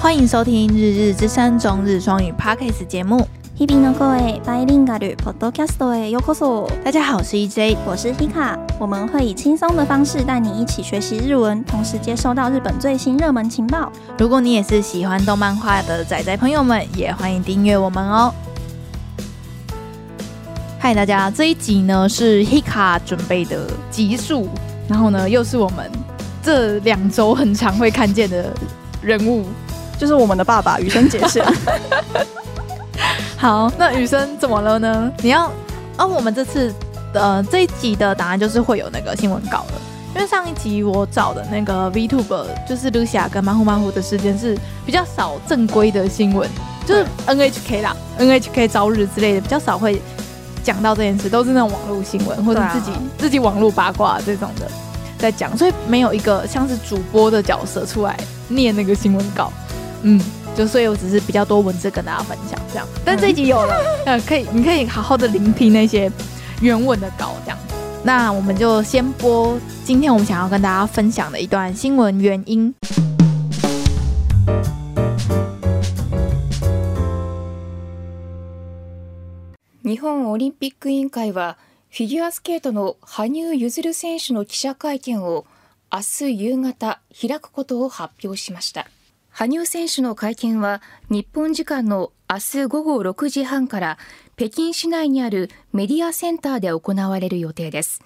欢迎收听《日日之声》中日双语 Podcast 节目。日々の声バイリンガルポッドキャストへようこそ。大家好，我是 E EJ。我是 Hika，我们会以轻松的方式带你一起学习日文，同时接收到日本最新热门情报。如果你也是喜欢动漫画的仔仔朋友们，也欢迎订阅我们哦。嗨，大家，这一集呢是 Hika 准备的集数，然后呢又是我们这两周很常会看见的人物。 就是我们的爸爸羽生结弦。 好，那雨生怎么了呢？你要，哦，我们这次呃这一集的答案就是会有那个新闻稿了，因为上一集我找的那个 VTuber 就是 Lucia 跟马虎马虎的事件是比较少正规的新闻，就是 NHK 啦，NHK 朝日之类的比较少会讲到这件事，都是那种网络新闻或者对啊自己、自己网络八卦这种的在讲，所以没有一个像是主播的角色出来念那个新闻稿，嗯。就所以，我只是比较多文字跟大家分享这样，但这一集有了，呃，可以，你可以好好的聆听那些原文的稿这样。那我们就先播今天我们想要跟大家分享的一段新闻原因。日本オリンピック委員会はフィギュアスケートの羽生結弦選手の記者会見を明日夕方開くことを発表しました羽生選手の会見は日本時間の明日午後6時半から北京市内にあるメディアセンターで行われる予定です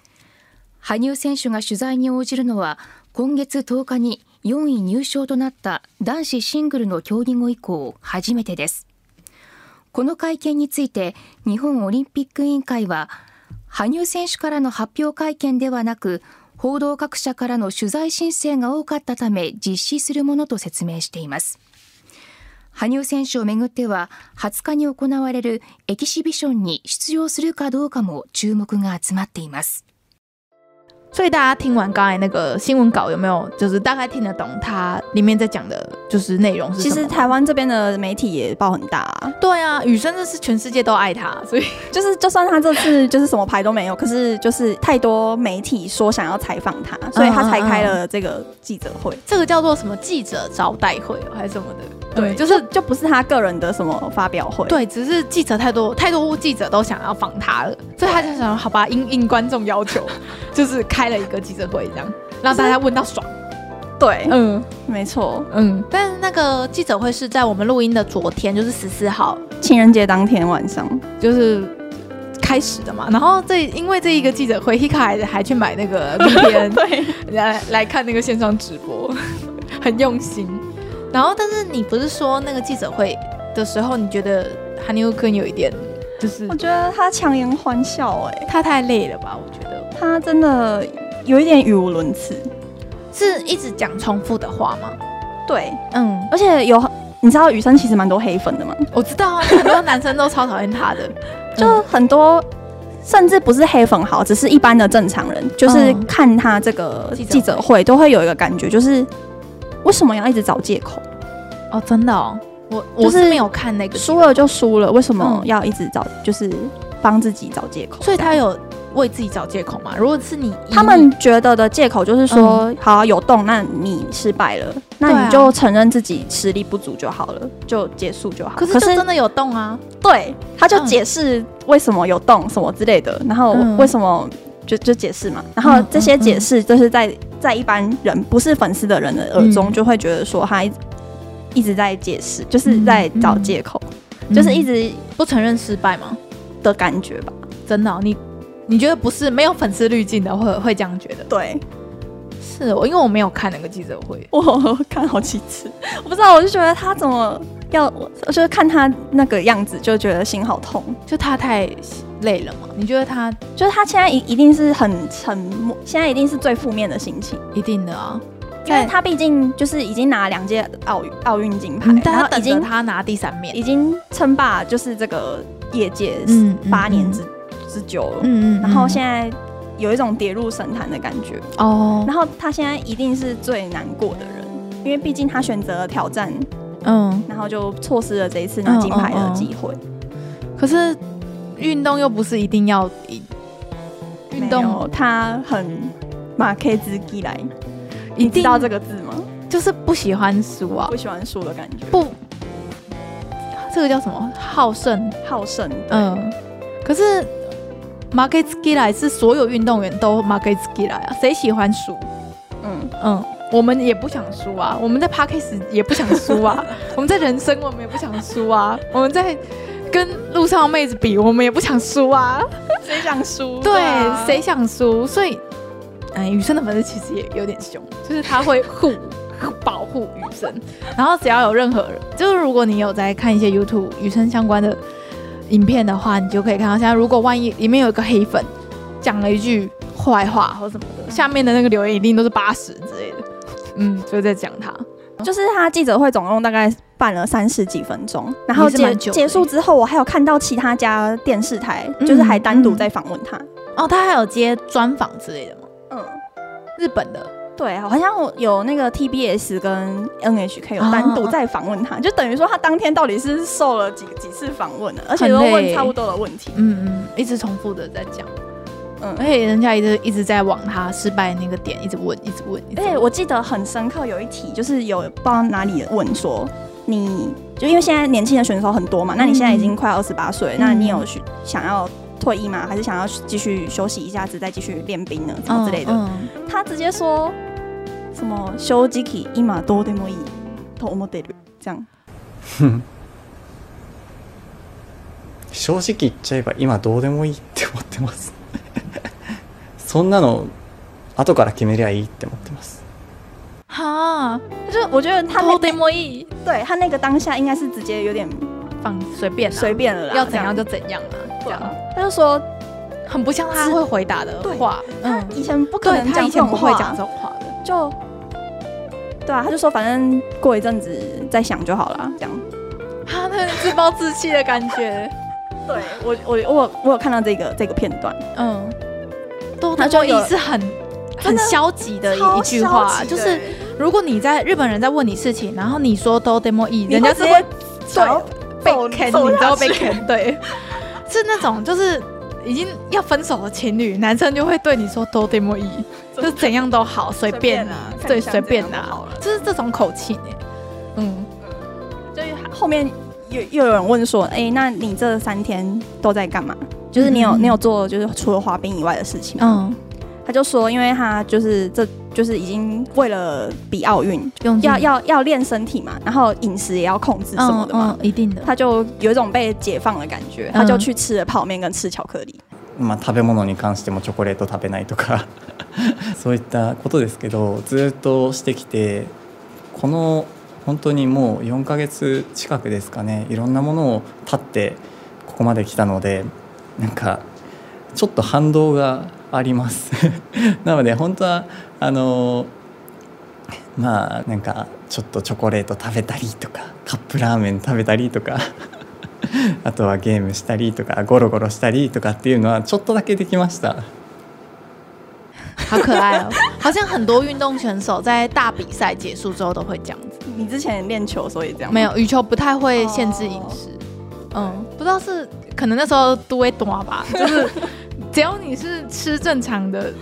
羽生選手が取材に応じるのは今月10日に4位入賞となった男子シングルの競技後以降初めてですこの会見について日本オリンピック委員会は羽生選手からの発表会見ではなく報道各社からの取材申請が多かったため実施するものと説明しています羽生選手をめぐっては20日に行われるエキシビションに出場するかどうかも注目が集まっています所以大家听完刚才那个新闻稿，有没有就是大概听得懂它里面在讲的，就是内容是什其么？实台湾这边的媒体也报很大、啊，对啊，雨生真是全世界都爱他， 所以就是就算他这次就是什么牌都没有，可是就是太多媒体说想要采访嗯他，所以他才开了这个记者会。这个叫做什么记者招待会哦还是什么的？对，就是就不是他个人的什么发表会，，对，只是记者太多，太多记者都想要访他了，所以他就想说好吧，应应观众要求， 就是开了一个记者会这样，让大家问到爽。对，嗯。没错，嗯，但是那个记者会是在我们录音的昨天，就是十四号，情人节当天 晚上，就是开始的嘛。然后这因为这一个记者会，Hika 还还去买那 个 VPN 对，来来看那个线上直播， 很用心。然后，但是你不是说那个记者会的时候，你觉得韩牛哥有一点就是我觉得他强颜欢笑、哎，他太累了吧？我觉得他真的有一点语无伦次，是一直讲重复的话吗？对，嗯，而且有你知道雨生其实蛮多黑粉的嘛，我知道啊，很多男生都超讨厌他的，就很多，甚至不是黑粉好，只是一般的正常人，就是嗯看他这个记者会记者会，都会有一个感觉，就是为什么要一直找借口？ 哦，真的哦，我就我是是没有看那个输了就输了，为什么嗯要一直找？就是帮自己找借口。所以他有为自己找借口嘛？如果是你，他们觉得的借口就是说，好啊、有动，那你失败了，嗯对那啊你就承认自己实力不足就好了，就结束就好。可是就真的有动啊，对，他就嗯解释为什么有动什么之类的，然后嗯为什么就就解释嘛，然后嗯这些嗯解释就是在在一般人不是粉丝的人的耳中嗯就会觉得说他一一直在解释，就是嗯在找嗯借口，就是一直直不承认失败嘛？的感觉吧。真的哦、你你觉得不是没有粉丝滤镜的会会这样觉得？对是哦我因为我没有看那个记者会，我看好几次，我不知道，我就觉得他怎么要，我就是看他那个样子就觉得心好痛，就他太累了嘛？你觉得他就是他现在一一定是很沉默，现在一定是最负面的心情。一定的啊？因为在他毕竟就是已经拿两届奥运奥运金牌，嗯大然家后已等着经他拿第三面已，经称霸就是这个业界嗯八年之、嗯之久了，嗯嗯然后现在在有一种跌入神坛的感觉。哦，然后他现在一定是最难过的人，因为毕竟他选择了挑战，嗯，然后就错失了这一次拿金牌的机会。可是运动又不是一定要赢，运没动有他很马 K 之基来，一你知定道这个字吗？就是不喜欢输啊不，喜欢输的感觉，不，这个叫什么？好胜。好胜。嗯，嗯，可是 market s k i l a 是所有运动员都 market s k i l a 啊，谁喜欢输？嗯，嗯，我们也不想输啊，我们在 podcast 也不想输啊，我们在人生我们也不想输啊，我们在跟路上的妹子比，我们也不想输啊。谁想输？对啊，谁想输？所以，嗯，雨生的粉丝其实也有点凶，就是他会护 保护雨生，然后只要有任何人，就是如果你有在看一些 YouTube 雨生相关的影片的话，你就可以看到，现在如果万一里面有一个黑粉讲了一句坏话或什么的，下面的那个留言一定都是八十之类的，嗯，就在讲他，就是他记者会总共大概办了三十几分钟，然后也是结蛮久的结束之后，我还有看到其他家电视台，嗯就是还单独在访问他。哦，他还有接专访之类的吗？嗯，日本的，对，好像有那个 TBS 跟 NHK 有单独在访问他，就等于说他当天到底是受了几几次访问了，而且都很问累差不多的问题。嗯嗯，一直重复的在讲。嗯，而且人家一直一直在往他失败那个点一直问，一直问，一直而且问。哎我记得很深刻，有一题就是有不知道哪里问说，你就因为现在年轻的选手很多嘛，嗯那你现在已经快二十八岁，那你有去想要退役吗？还是想要继续休息一下子，再继续练兵呢？什么之类的？嗯他直接说什么“休息期今どうでもいいと思ってる”这样。正直言っちゃえば今どうでもいいって思ってます そんなの後から決めりゃいいって思ってます哈，就是我觉得他偷那得莫意，对他那个当下应该是直接有点放随便啦随便了啦，要怎样这就怎样啊，这样他就说很不像他会回答的话。他嗯，以前不可对能他讲以这前种不会话，讲这种话的。就对啊，他就说反正过一阵子再想就好了，这样。哈，他有点自暴自弃的感觉。对我我我有我有看到这个这个片段，嗯，多他他就就有也是很很消极的欸一一句超话，级就是如果你在日本人在问你事情，然后你说都 demo e，你人家是会想要被揍坑，揍你知道下被去坑对， 是那种就是已经要分手的情侣，男生就会对你说都 demo e，就是怎样都好，随便啊，随便啊对，看你想随便怎样都好啊了，就是这种口气呢。嗯，就是后面又又有人问说，哎、那你这三天都在干嘛？就是你有、嗯你有做就是除了滑冰以外的事情？嗯，他就说，因为他就是这就是已经为了比奥运，用要要要练身体嘛，然后饮食也要控制什么的嘛，嗯，一定的。他就有一种被解放的感嗯觉，他就去吃了泡面跟吃巧克力。まあ食べ物に関してもチョコレート食べないとか そういったことですけどずっとしてきてこの本当にもう4ヶ月近くですかねいろんなものを断ってここまで来たのでなんかちょっと反動があります なので本当はあのまあなんかちょっとチョコレート食べたりとかカップラーメン食べたりとかあとはゲームしたりとかゴロゴロしたりとかっていうのはちょっとだけできました。好可爱哦， 好像很多运动选手在大比赛结束之后都会这样子。你之前练球所以这样吗没？有羽球不太会限制饮食，嗯，不知道是可能那时候都会多 吧，就是只要你是吃正常的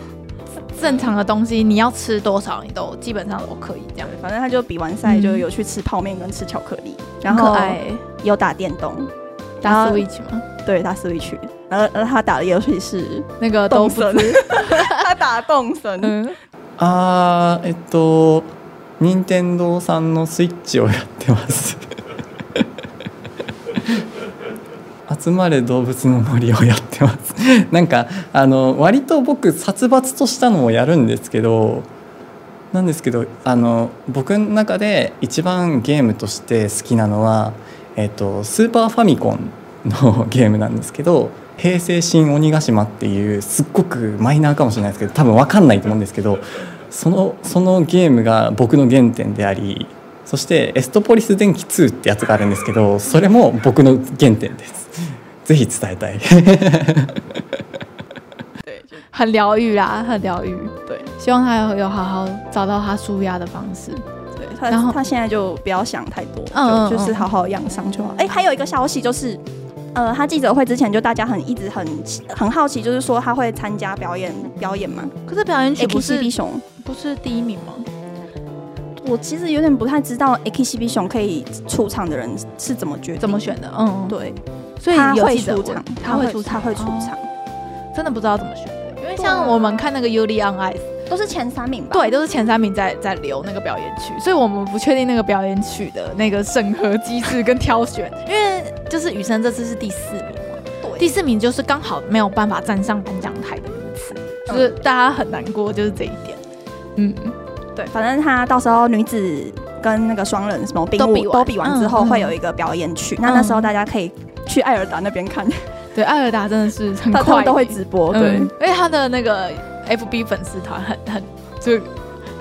正常的东西，你要吃多少你都基本上都可以这样。反正他就比完赛嗯就有去吃泡面跟吃巧克力，然很可后爱欸，有打电动，然打后 Switch 吗？对，打 Switch，然后然后他打的游戏是那个都动不森， 他打动森，嗯，あーえっと任天堂さんのスイッチをやってます 集まれ動物の森をやってますなんかあの割と僕殺伐としたのをやるんですけどなんですけどあの僕の中で一番ゲームとして好きなのは、えっと、スーパーファミコンの ゲームなんですけど「平成新鬼ヶ島」っていうすっごくマイナーかもしれないですけど多分分かんないと思うんですけどそのそのゲームが僕の原点でありそして「エストポリス電気2」ってやつがあるんですけどそれも僕の原点です。ぜひ伝えたい很疗愈啦，很疗愈。对希望他有有好好找到他舒压的方式。对，他然后他现在就不要想太多，嗯就嗯就是好好养伤就好。哎，还有一个消息就是。呃，他记者会之前就大家很一直很很好奇，就是说他会参加表演表演吗哎可是表演曲？A 不 P C 是 B 熊，不是第一名吗？我其实有点不太知道 exhibition 可以出场的人是怎么决定怎么选的？嗯，对，所以他有会记者出问场，他会出他场，哦会出场，真的不知道怎么选的，因为啊像我们看那个《尤利安 Ice》，啊都是前三名吧？对，都是前三名在在留那个表演曲，所以我们不确定那个表演曲的那个审核机制跟挑选，因为就是雨生这次是第四名嘛，第四名就是刚好没有办法站上颁奖台的那一次，就是大家很难过，就是这一点。嗯，对，反正他到时候女子跟那个双人什么冰都比舞完都比完之后嗯嗯嗯会有一个表演曲，那那时候大家可以去艾尔达那边看，对，艾尔达真的是很 他他快嗯们都会直播，对对，，而且他的那个 FB 粉丝团很很就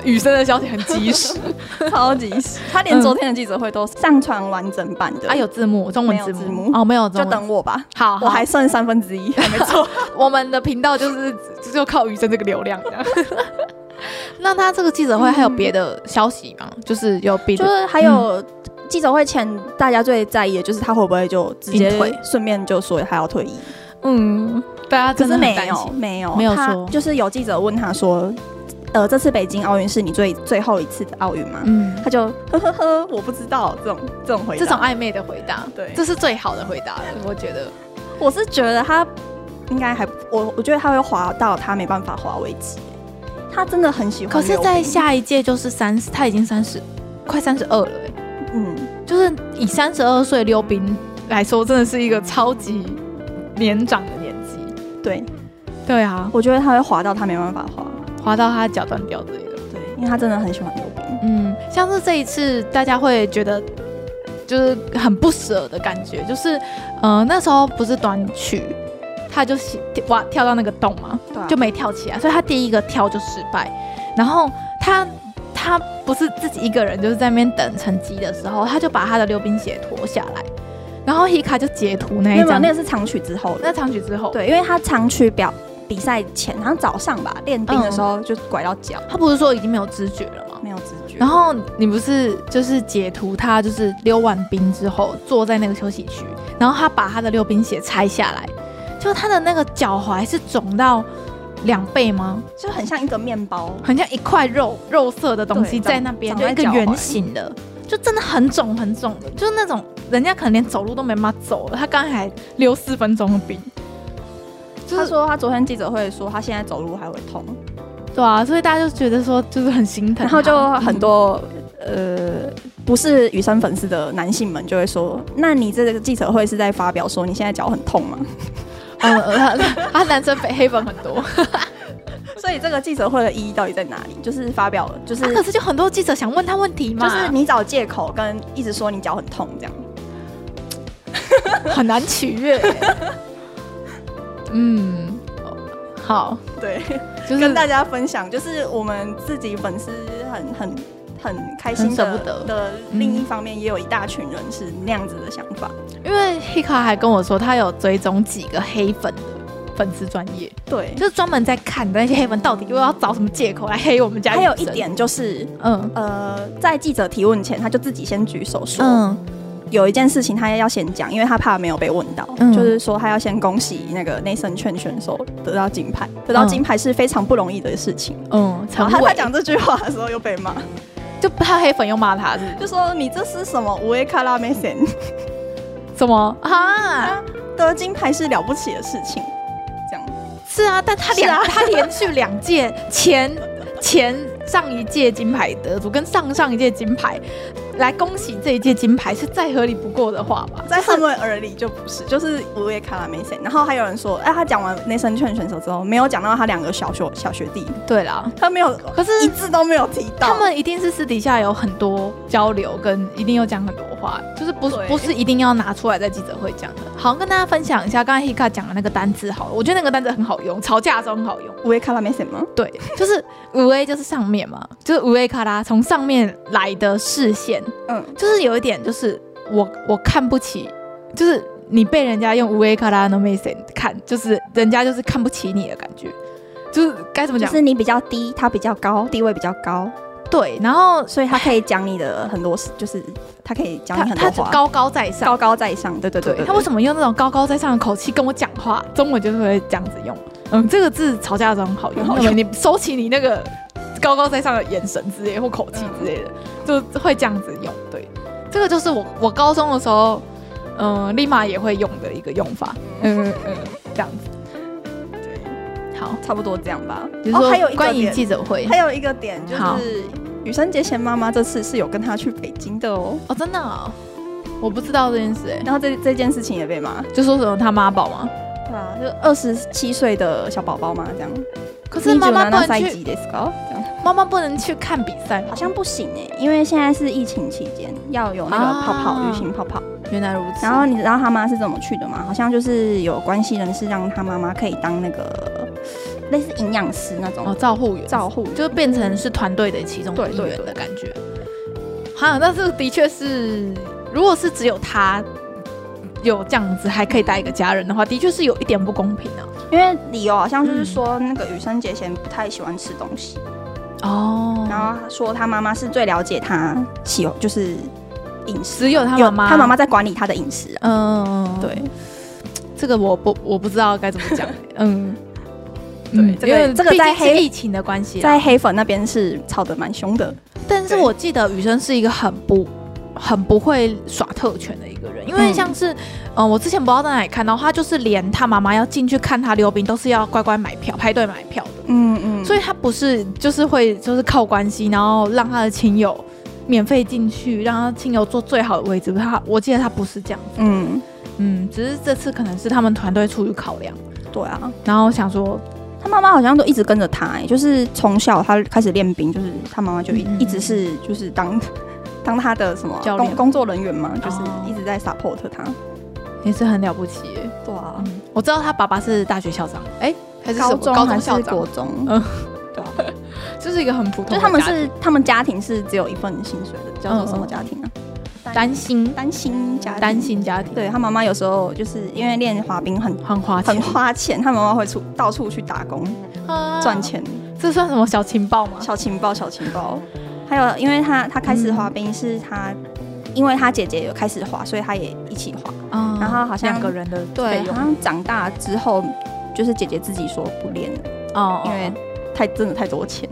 雨生的消息很及 时 超级喜，他连嗯昨天的记者会都上传完整版的，啊，有字幕，中文字幕没有字幕哦，没有中就文，等我吧，好，我好还剩三分之一，还没做，我们的频道就是就靠余生这个流量的。 那他这个记者会还有别的消息吗？嗯就是有别就的是还嗯有。记者会前，大家最在意的就是他会不会就直接隐退顺便就说他要退役，嗯，大家可真是的没很担有心。没有没有他说就是有记者问他说，呃，这次北京奥运是你最最后一次的奥运吗？嗯，他就呵呵呵，我不知道这种这种回答。这种暧昧的回答，对这是最好的回答了，我觉得。我是觉得他应该还我，我觉得他会滑到他没办法滑为止。他真的很喜欢可溜冰。是，在下一届就是三十，他已经三十，快三十二了、欸，嗯，就是以三十二岁溜冰来说，真的是一个超级年长的年纪。对，对啊，我觉得他会滑到他没办法滑。滑到他脚断掉之类的。对，因为他真的很喜欢溜冰。嗯，像是这一次大家会觉得就是很不舍的感觉，就是呃那时候不是短曲，他就喜哇跳到那个洞嘛，对啊就没跳起来，所以他第一个跳就失败。然后他他不是自己一个人，就是在那边等成绩的时候，他就把他的溜冰鞋脱下来，然后 Hika 就截图那没一有没有，张，那个是长曲之后那的。长曲之后，对，因为他长曲表比赛前，好像早上吧，练嗯冰的时候就拐到脚，他不是说已经没有知觉了吗？没有知觉。然后你不是就是截图他就是溜完冰之后坐在那个休息区，然后他把他的溜冰鞋拆下来，就他的那个脚踝是肿到两倍吗？就很像一个面包，很像一块肉肉色的东西对长在那边，长就在一个脚踝圆形的，就真的很肿很肿的，就是那种人家可能连走路都没办法走了，他刚才还溜四分钟的冰，就他是说他昨天记者会说他现在走路还会痛，对啊，所以大家就觉得说就是很心疼然他，后就很多呃不是雨生粉丝的男性们就会说，那你这个记者会是在发表说你现在脚很痛吗？ 嗯，他 他男生黑粉很多。所以这个记者会的意义到底在哪里？就是发表了，就是、啊、 可是就很多记者想问他问题嘛，就是你找借口跟一直说你脚很痛这样。很难取悦。嗯，好，对，就是跟大家分享，就是我们自己粉丝很很很开心很舍的不得的嗯另一方面，也有一大群人是那样子的想法。因为 Hika 还跟我说，他有追踪几个黑粉的粉丝专业，对，就是专门在看那些黑粉到底又要找什么借口来黑我们家。还有一，点就是。嗯呃，在记者提问前，他就自己先举手说，嗯有一件事情他要先讲，因为他怕没有被问到，嗯就是说他要先恭喜那个内森圈选手得到金牌，得到金牌是非常不容易的事情。嗯，然陈后哦他他伟讲这句话的时候又被骂，就怕黑粉又骂他是不就说你这是什么无畏卡拉梅森，是什么啊？得金牌是了不起的事情，这样是啊，但他是两、啊他连续两届前前上一届金牌得主跟上上一届金牌来恭喜这一届金牌是再合理不过的话吧？在他们耳里就不是，就是无畏卡拉梅森。然后还有人说，哎、他讲完内森圈选手之后，没有讲到他两个小学小学弟，对啦，他没 有，可是一字都没有提到。他们一定是私底下有很多交流，跟一定有讲很多话，就是不是对不是一定要拿出来在记者会讲的。好，跟大家分享一下刚才 Hika 讲的那个单词好了，我觉得那个单词很好用，吵架的时候很好用。无畏卡拉梅森吗？对， 就是五 A 就是上面嘛，就是五 A 卡拉从上面来的视线，嗯，就是有一点，就是我我看不起，就是你被人家用无 A 卡拉 no m a s o n 看，就是人家就是看不起你的感觉，就是该怎么就讲？是你比较低，他比较高，地位比较高，对，然后所以他可以讲你的很多事，就是他可以讲他你很他多就话，高高在上，高高在上，对对对对他为什么用那种高高在上的口气跟我讲话？中文就是会这样子用，嗯，这个字吵架的时候很好用，很好因为你收起你那个高高在上的眼神之类或口气之类的，就会这样子用。对，这个就是我我高中的时候，嗯、立马也会用的一个用法。嗯嗯嗯，这样子。对，好，哦差不多这样吧。哦比如说、还有一个关于点，记者会，还有一个点就好是羽生结弦妈妈这次是有跟他去北京的哦。哦，真的哦、我不知道这件事、欸，然后这这件事情也被骂，就说什么他妈宝吗？对啊，就二十七岁的小宝宝嘛，这样。可是妈妈不能27去，ですか？这样妈妈不能去看比赛吗好像不行哎、因为现在是疫情期间，要有那个泡泡，啊旅行泡泡。原来如此。然后你知道他妈是怎么去的吗？好像就是有关系人士让他妈妈可以当那个类似营养师那哦，种照护员，照护，就变成是团队的其中对一对员对的感觉。好，那这个的确是，如果是只有他有这样子，还可以带一个家人的话，的确是有一点不公平啊。因为理由好像就是说那个羽生结弦不太喜欢吃东西，哦，然后说他妈妈是最了解他喜就是饮食，只有他有妈妈，他妈妈，在管理他的饮食、啊。嗯，对，这个我不我不知道该怎么讲， 嗯，对这个因为这个在毕竟是黑疫情的关系啦，在黑粉那边是吵得蛮凶的，但是对我记得雨生是一个很不很不会耍特权的一个人，因为嗯像是，嗯、我之前不知道在哪里看到，他就是连他妈妈要进去看他溜冰都是要乖乖买票排队买票的，嗯嗯，所以他不是就是会就是靠关系，然后让他的亲友免费进去，让他亲友坐最好的位置。他我记得他不是这样，嗯，嗯，只是这次可能是他们团队出于考量，对啊，然后想说，他妈妈好像都一直跟着他、欸，就是从小他开始练兵，就是他妈妈就一、嗯嗯嗯一直是就是当 当他的什么教练工工作人员嘛，就是哦一直在 support 他。也是很了不起耶。对啊，嗯，我知道他爸爸是大学校长，哎、还是什高么中高还中校是长国，中，嗯就是一个很普通的就家庭，他们是他们家庭是只有一份薪水的，叫做什么家庭啊？担心单薪家庭担。心家庭，对他妈妈有时候就是因为练滑冰很很花钱很花钱，他妈妈会出到处去打工啊赚，钱。这算什么小情报吗？小情报，小情报。还有，因为他他开始滑冰是他，因为他姐姐有开始滑，所以他也一起滑。嗯然后好像两个人的费对，用好像长大之后，就是姐姐自己说不练了，哦，因为太真的太多钱。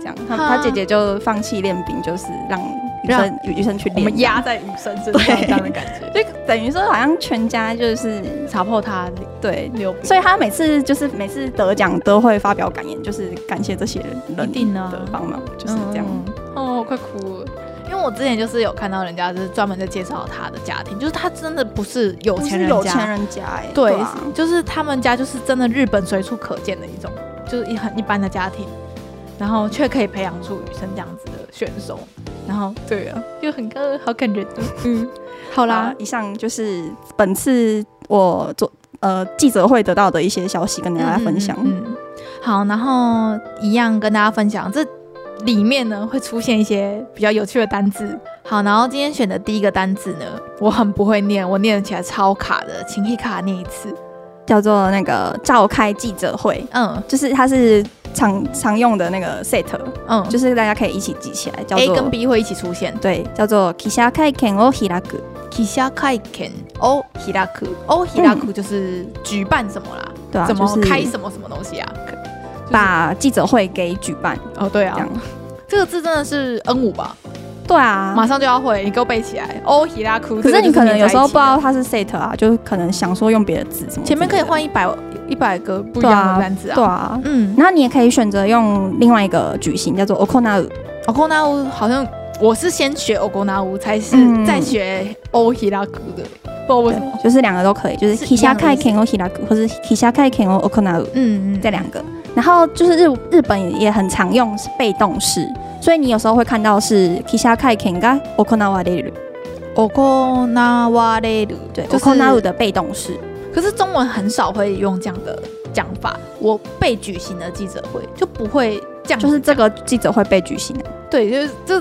这样，他哈他姐姐就放弃练冰，就是让余让生余余生去我练。们压在雨生身上对这样的感觉，就等于说好像全家就是 查破他对。流鼻，所以他每次就是每次得奖都会发表感言，就是感谢这些一定人啊的帮忙，就是这样。嗯。哦，快哭了。因为我之前就是有看到人家就是专门在介绍他的家庭，就是他真的不是有不钱是人有家，钱人家哎，对，啊就是他们家就是真的日本随处可见的一种，就是一很一般的家庭，然后却可以培养出羽生这样子的选手，然后对啊，就很呃好感人的，嗯，好好啦啦，，以上就是本次我做呃记者会得到的一些消息，跟大家分享。嗯，嗯嗯好，然后一样跟大家分享，这里面呢会出现一些比较有趣的单字。好，然后今天选的第一个单字呢，我很不会念，我念起来超卡的，请黑卡念一次。叫做那个召开记者会，嗯就是它是常常用的那个 set，嗯，就是是大家可以一起记起来，叫 A 做跟 B 会一起出现。对，叫做 Kisha k a i k e n o Hiraku。記者会見を開く。を開く就是举办什么啦？对啊，怎么就是开什么什么东西啊？就是把记者会给举办哦，对这啊样，。这个字真的是 N 五吧？对啊马。上就要会，你给我背起来。哦を開く。可是你可能有时候不知道这个就是粘在一起的。它是 set 啊，就是可能想说用别的字什么之类的。前面可以换一百一百个不一样的单词啊。对啊，嗯，然后你也可以选择用另外一个举行，叫做 Okonau。 o k o n a u 好像我是先学 o k o n a u 才是嗯再学哦 o h i r a k u 的，不知道为什么。对，就是两个都可以，就是是 k 一 i s h a 样 k a 的 i 意思 k e n o Hiraku 或是 k i s h a k a i k e n o Okonau 嗯嗯，这两个。然后就是日日本也很常用是被动式，所以你有时候会看到是 k i s h a k a i k e n ga Okonawa d e おこなわれる，对就是 Okonau 的被动式。可是中文很少会用这样的讲法。我被举行的记者会就不会这样，就是这个记者会被举行的，对，就是这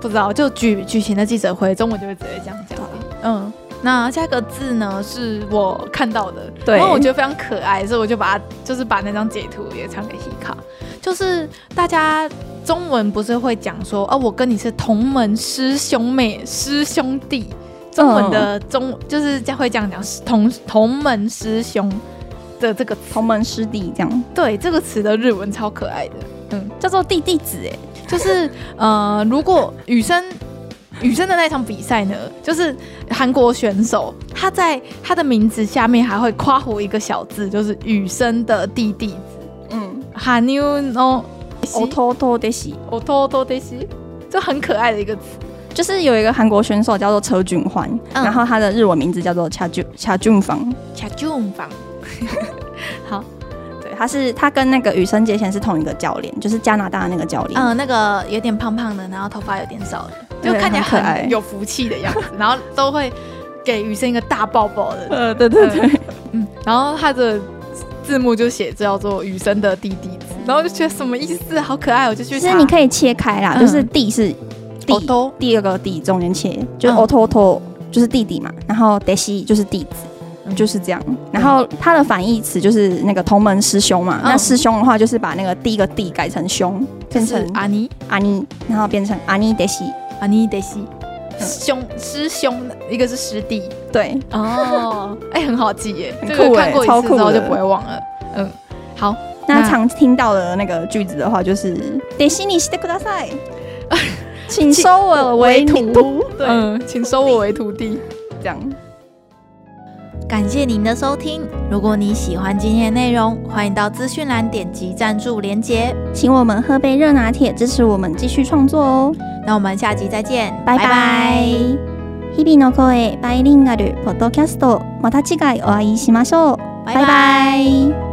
不知道就举举行的记者会，中文就会直接这样讲。嗯，那下一个字呢是我看到的，对因为我觉得非常可爱，所以我就把它就是把那张截图也传给希卡。就是大家中文不是会讲说，哦、我跟你是同门师兄妹师兄弟。嗯中文的中、就是这样会这样讲，同同门师兄，的这个词。同门师弟这样。对这个词的日文超可爱的，嗯叫做弟弟子哎，就是呃，如果羽生羽生的那场比赛呢，就是韩国选手他在他的名字下面还会括弧一个小字，就是羽生的弟弟嗯，哦羽生のおととでし。弟弟子，就很可爱的一个词。就是有一个韩国选手叫做车俊焕，嗯然后他的日文名字叫做恰俊恰俊芳。恰俊房，对，他是他跟那个羽生结弦是同一个教练，就是加拿大的那个教练。嗯，那个有点胖胖的，然后头发有点少的，就对看起来很可爱很有福气的样子，然后都会给羽生一个大抱抱的 呃，对对 对，嗯，然后他的字幕就写叫做雨生的弟弟，然后就觉得什么意思，好可爱，我就去就查。是你可以切开啦，嗯就是弟是弟，哦都第二个弟中间切，就是嗯 “ototo”、就是弟弟嘛，然后 “deshi” 就是弟子。嗯就是这样，然后他的反义词就是那个同门师兄嘛。嗯那师兄的话，就是把那个第一个弟改成兄，变就是成阿尼阿尼，然后变成阿尼 E 德西。阿尼德西，兄师兄，一个是师弟对，哦， 哎、很好记耶，很这个酷看哎过一超次之酷后就的不会忘了。嗯，好，那那常听到的那个句子的话，就是“得西你してください”， 请请收我为徒。对，嗯，请收我为徒弟。这样。感谢您的收听。如果你喜欢今天的内容，欢迎到资讯栏点击赞助连结。请我们喝杯热拿铁支持我们继续创作哦。那我们下集再见，バイバイ。日々の声バイリンガルポッドキャストまた次回お会いしましょう。バイバイバイバイ